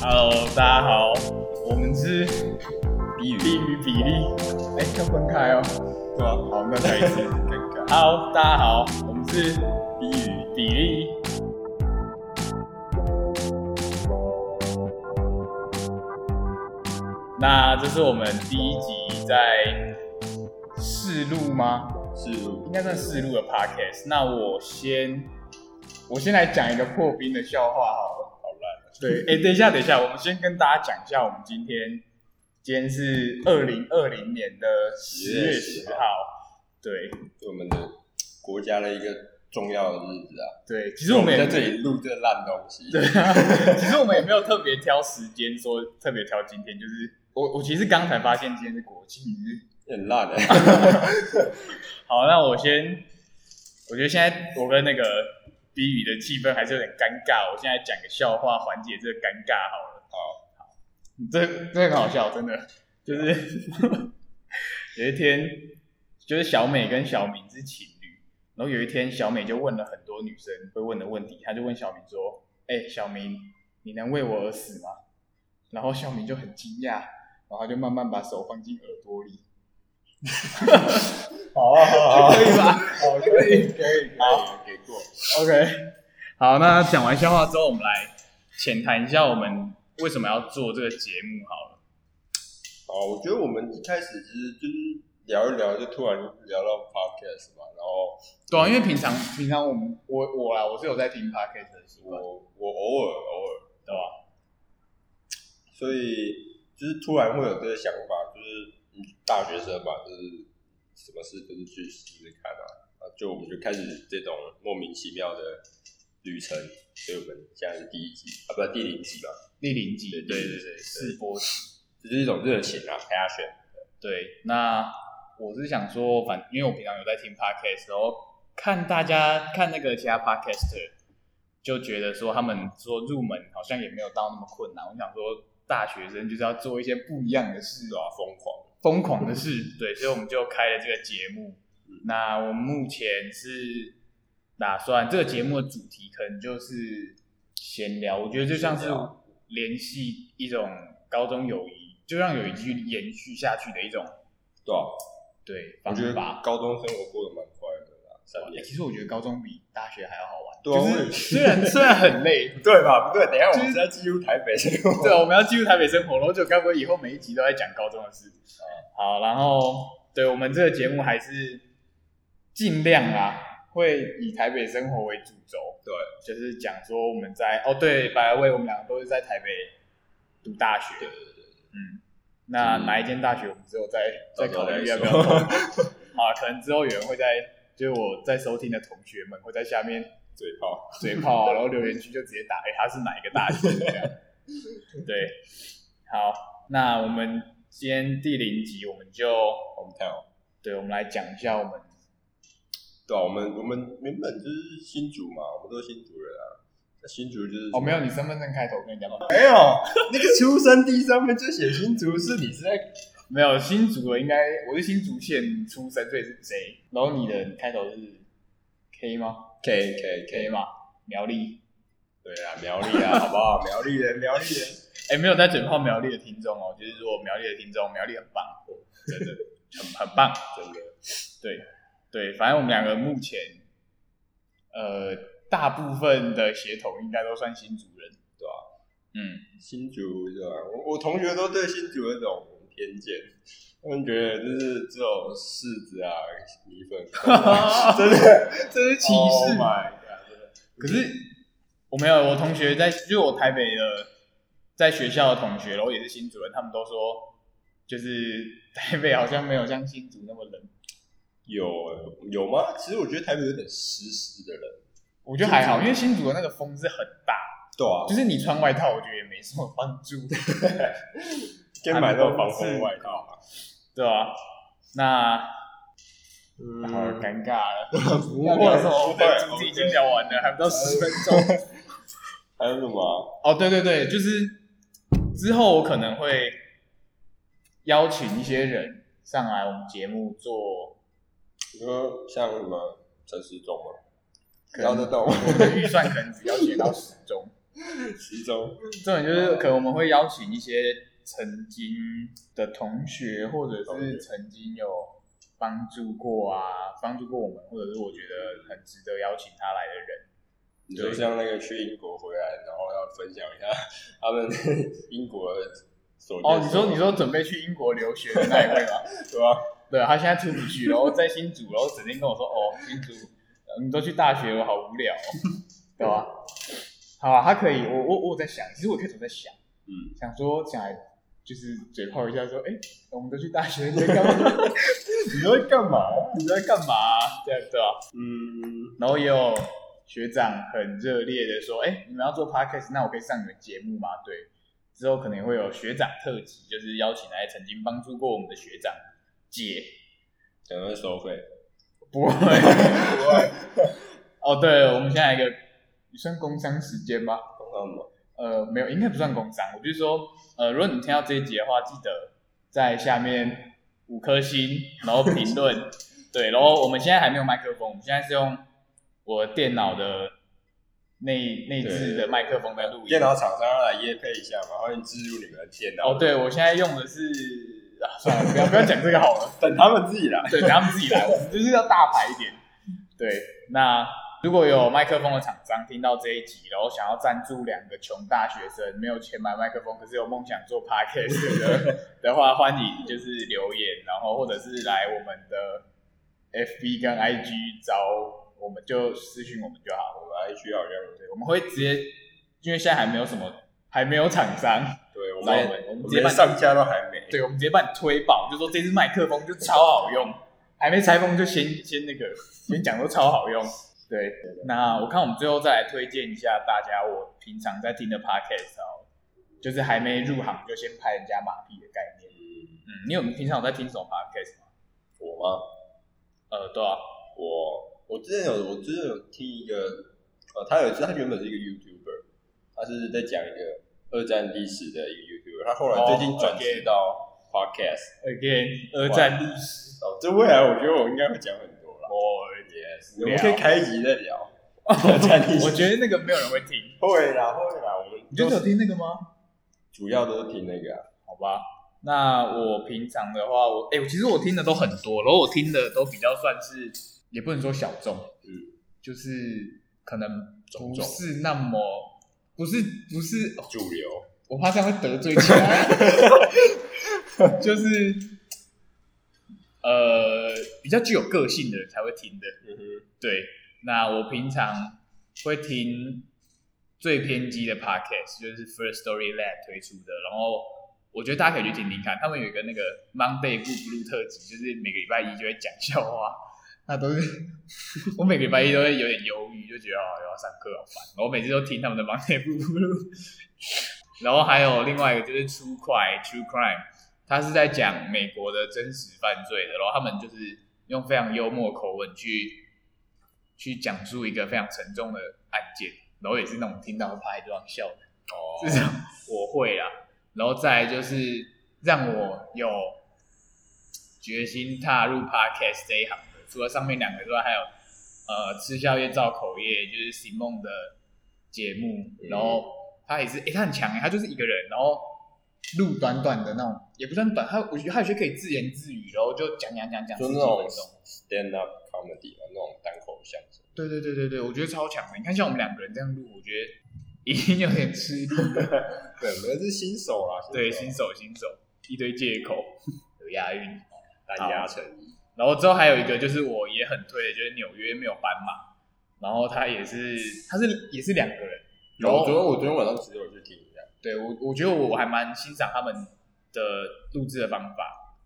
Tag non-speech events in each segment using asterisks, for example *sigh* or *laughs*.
Hello，大家好，我们是比宇，低于比例，哎、要分开哦。对吧？好，那再一 *laughs* 次，尴尬。 Hello，大家好，我们是低于比例。那这是我们第一集在试录吗？是应该算试录的 podcast。那我先，我先来讲一个破冰的笑话好了。好烂。对，哎、等一下，等一下，我们先跟大家讲一下，我们今天今天是二零二零年的十月十号。对对我们的国家的一个重要的日子啊。对，其实我们也在这里录这烂东 *laughs* 西。对啊，其实我们也没有特别挑时间，说特别挑今天，就是我我其实刚才发现今天是国庆日。很烂哎。 *laughs* 好，那我先，我觉得现在我跟那个低语的气氛还是有点尴尬，我现在讲个笑话缓解这个尴尬好了。好，这这很好笑，真的，就是 *laughs* 有一天，就是小美跟小明是情侣，然后有一天小美就问了很多女生会问的问题，她就问小明说：“哎、小明，你能为我而死吗？”然后小明就很惊讶，然后他就慢慢把手放进耳朵里，好啊，好啊，可以吧？好，可以，可以， *laughs* 好，给过。 OK，好，那讲完笑话之后，我们来浅谈一下我们为什么要做这个节目好了。好，哦我觉得我们一开始其实就是聊一聊，就突然聊到 podcast 嘛，然后对啊，因为平常平常我们我我啦，我是有在听 podcast 的习惯，我我偶尔偶尔，对吧？所以就是突然会有这个想法，就是嗯大学生嘛，就是什么事都是去试试看嘛，啊，就我们就开始这种莫名其妙的旅程，所以我们现在是第一集啊，不第零集吧，第零集，对对对对对，试播集。这就是一种热情啊，passion。对，那我是想说，反因为我平常有在听 podcast，然后看大家看那个其他 podcaster，就觉得说他们说入门好像也没有到那么困难。我想说，大学生就是要做一些不一样的事啊，疯狂疯狂的事。对，所以我们就开了这个节目。那我们目前是打算这个节目的主题可能就是闲聊，我觉得就像是闲聊联系一种高中友谊，就让友谊继续延续下去的一种对啊，对我方觉得法。高中生活过得蛮快乐的啊，三欸年，其实我觉得高中比大学还要好玩，对啊就我也是虽然虽然很 *laughs* 累，不 *laughs* 对吧？不对，等一下就是我们是要进入台北生 *laughs* 活。对啊，我们要进入台北生活了，我就该不会以后每一集都在讲高中的事？啊好，然后对我们这个节目还是尽量啦，会以台北生活为主轴，对，就是讲说我们在哦对，白薇我们两个都是在台北读大学，对嗯，那嗯哪一间大学我们之后再再到时候考虑再要不要说投入？ *laughs* 啊，可能之后有人会在，就是我在收听的同学们会在下面嘴炮，嘴炮啊，然后留言区就直接打，哎、他是哪一个大学？这样。对，好，那我们今天第零集，我们就我们太好。对，我们来讲一下我们对啊，我们我们原本就是新竹嘛，我们都是新竹人啊。那新竹就是哦，没有，你身份证开头跟人家报没有， *laughs* 那个出生第三份就写新竹，是你是在没有新竹的，应该我是新竹县出生，所以是 J，然后你的开头是 K 吗 K K ？K 嘛，苗栗，对啊，苗栗 *laughs* 啊，好不好？苗栗人，苗栗人，哎、没有在嘴炮苗栗的听众哦，就是如果苗栗的听众，苗栗很棒，啊真的很很棒。真的对，反正我们两个目前，呃，大部分的血统应该都算新族人，对吧、 *laughs* 嗯，新竹对吧、我我同学都对新竹有一种偏见，他们觉得就是只有柿子啊、米粉， *laughs* 真的这是歧 Oh 视。 my god！真的可是我没有，我同学在，就是我台北的，在学校的同学，然后也是新族人，他们都说，就是台北好像没有像新竹那么冷，有有吗？其实我觉得台北有点湿湿的人，我觉得还好，因为新竹的那个风是很大，对啊，就是你穿外套，我觉得也没什么帮 *laughs* 助。先买那种防风外套啊。对啊，那嗯好尴尬了。不要聊什么？我不们主题已经聊完了，还不到十分钟。 *laughs* 还有什么？哦，对对对，就是之后我可能会邀请一些人上来我们节目做，你说像什么陈时中吗？可聊得能到吗？ *laughs* 我们的预算可能只要写到十中，其中这种就是可能我们会邀请一些曾经的同学，或者是曾经有帮助过啊，帮助过我们，或者是我觉得很值得邀请他来的人。你就像那个去英国回来，然后要分享一下他们 *laughs* 英国的所见哦，你所说闻你说准备去英国留学的那一位吗？对吧？ *laughs* 对，啊他现在出不去，然后在新竹，然后整天跟我说：“哦，新竹，呃你都去大学了，好无聊、哦， *laughs* 对吧？”好啊，他可以，我我我在想，其实我开始在想，嗯，想说想来就是嘴炮一下，说：“哎、我们都去大学，你在干 *laughs* 嘛？你都在干嘛？你在干嘛、这样对啊吧？嗯，然后也有学长很热烈的说：“哎、你们要做 podcast，那我可以上你们节目吗？”对，之后可能会有学长特辑，就是邀请来曾经帮助过我们的学长姐，可能会收费，不会。哦，对，我们现在一个你算工伤时间吗？通常嘛，呃，没有，应该不算工伤。我就是说，呃，如果你听到这一集的话，记得在下面五颗星，然后评 *laughs* 论。对，然后我们现在还没有麦克风，我们现在是用我电脑的内内置的麦克风在录音。电脑厂商要来夜配一下嘛，欢迎置入你们的电脑。哦，对，我现在用的是啊，算了，不要不要讲这个好了。等他们自己来。对，等他们自己来，我们就是要大牌一点。对，那如果有麦克风的厂商听到这一集，然后想要赞助两个穷大学生，没有钱买麦克风，可是有梦想做 podcast 的的话，欢迎就是留言，然后或者是来我们的 FB 跟 IG 找我们，就私讯我们就好了。我们 IG 好像对，我们会直接，因为现在还没有什么，还没有厂商，对，我找我们们，我们我直接们办上架都还没。对，我们直接把你推爆，就说这支麦克风就超好用，还没拆封就先先那个先讲都超好用。对，那我看我们最后再来推荐一下大家我平常在听的 podcast 哦，就是还没入行就先拍人家马屁的概念。嗯，嗯，你有平常有在听什么 podcast 吗？我吗？呃，对啊，我我之前有我之前有听一个，呃，他有他原本是一个 YouTuber，他是在讲一个二战历史的一个 YouTuber，他后来最近哦转 OK 职到 Podcast。 again 二战历史，哦，这未来我觉得我应该会讲很多啦。我 Yes，我们可以开一集再聊二战历我史。觉得那个没有人会听，会啦会啦，我们你就都只有是听那个吗？主要都是听那个啊。好吧，那我平常的话，我哎、我其实我听的都很多，然后我听的都比较算是，也不能说小众，嗯，就是可能种不种是那么，不是不是，哦主流。我怕这样会得罪其他， *laughs* 就是呃比较具有个性的人才会听的，嗯哼，对，那我平常会听最偏激的 podcast，就是 First Story Lab 推出的，然后我觉得大家可以去听听看，他们有一个那个 Monday Blue Blue 特辑，就是每个礼拜一就会讲笑话，那都是我每个礼拜一都会有点犹豫，就觉得哦，又要上课好烦，然后每次都听他们的 Monday Blue Blue，然后还有另外一个就是 True Crime True Crime，他是在讲美国的真实犯罪的，然后他们就是用非常幽默的口吻去去讲述一个非常沉重的案件，然后也是那种听到拍桌上笑的，哦至少我会啦。然后再来就是让我有决心踏入 podcast 这一行的，除了上面两个之外，还有呃吃宵夜造口业，就是 Simon 的节目，嗯然后他也是，诶，他很强诶，他就是一个人，然后录短短的那种，也不算短，他我觉得他有些可以自言自语，然后就讲讲讲讲十就几那分种钟。 stand up comedy 啊，那种单口相声。对对对对对，我觉得超强的。你看，像我们两个人这样录，我觉得已经有点吃力。对，我们是新手啦，对，新手新手一堆借口，有押韵。单压成一。然后之后还有一个就是我也很推的，就是纽约没有斑马，然后他也是他是也是两个人。然我昨天后我昨天晚上其实有去听一下，对我我觉得我还蛮欣赏他们的录制的方法，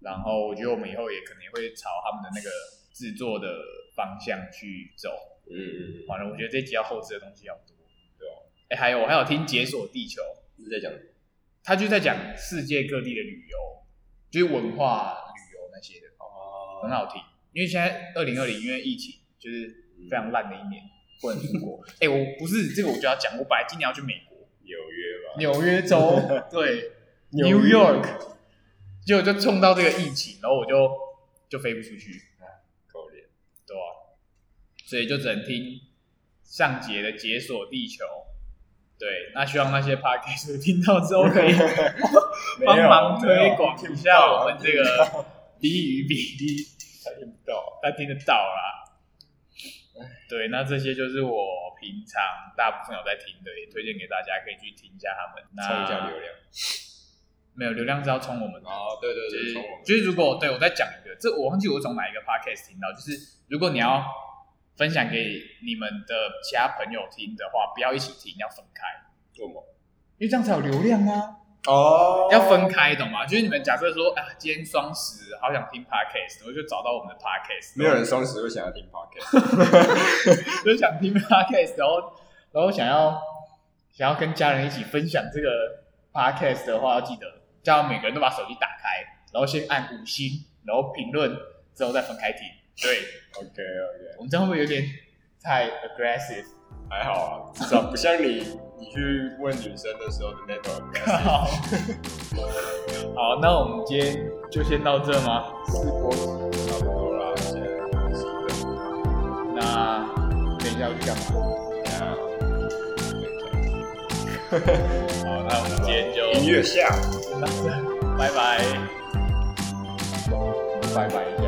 然后我觉得我们以后也可能也会朝他们的那个制作的方向去走。嗯嗯完了，我觉得这集要后置的东西要多。对啊哎、还有我还有听《解锁地球》，嗯，是在讲什么他就在讲世界各地的旅游，就是文化旅游那些的，很哦，好听。因为现在二零二零，因为疫情就是非常烂的一年，不能出国。哎、我不是这个，我就要讲，我本来今年要去美国，纽约吧，纽约州， *laughs* 对纽，New 约 York，结果就冲到这个疫情，然后我就就飞不出去，口脸，对啊吧、所以就只能听上节的《解锁地球》，对，那希望那些 podcast 听到之后 *laughs* 可以没有帮忙推广没有一下我们这听不个低与比例，他听不到，他听得到啦。哎对，那这些就是我平常大部分有在听的，也推荐给大家可以去听一下他们。那蹭一下流量。没有流量是要冲我们的，哦，对对就对，是从我们就是如果对我再讲一个，这我忘记我从哪一个 podcast 听到，就是如果你要分享给你们的其他朋友听的话，不要一起听，要分开，做梦因为这样才有流量啊。哦要分开，懂吗？就是你们假设说啊，今天双十，好想听 podcast，我就找到我们的 podcast，没有人双十会想要听 *laughs* podcast，就想听 podcast，然后然后想要想要跟家人一起分享这个 podcast 的话，要记得叫每个人都把手机打开，然后先按五星，然后评论，之后再分开听。对， OK OK，我们这样会不会有点太 aggressive？还好啊，至少不像你你去问女生的时候的那种 aggressive。 *laughs* 好，好，那我们今天就先到这吗？直播差不多啦，现在十一分钟那等一下我去干嘛？好，啊 *laughs* 啊那我们今天就 *laughs* 音乐下。拜拜，拜拜一下。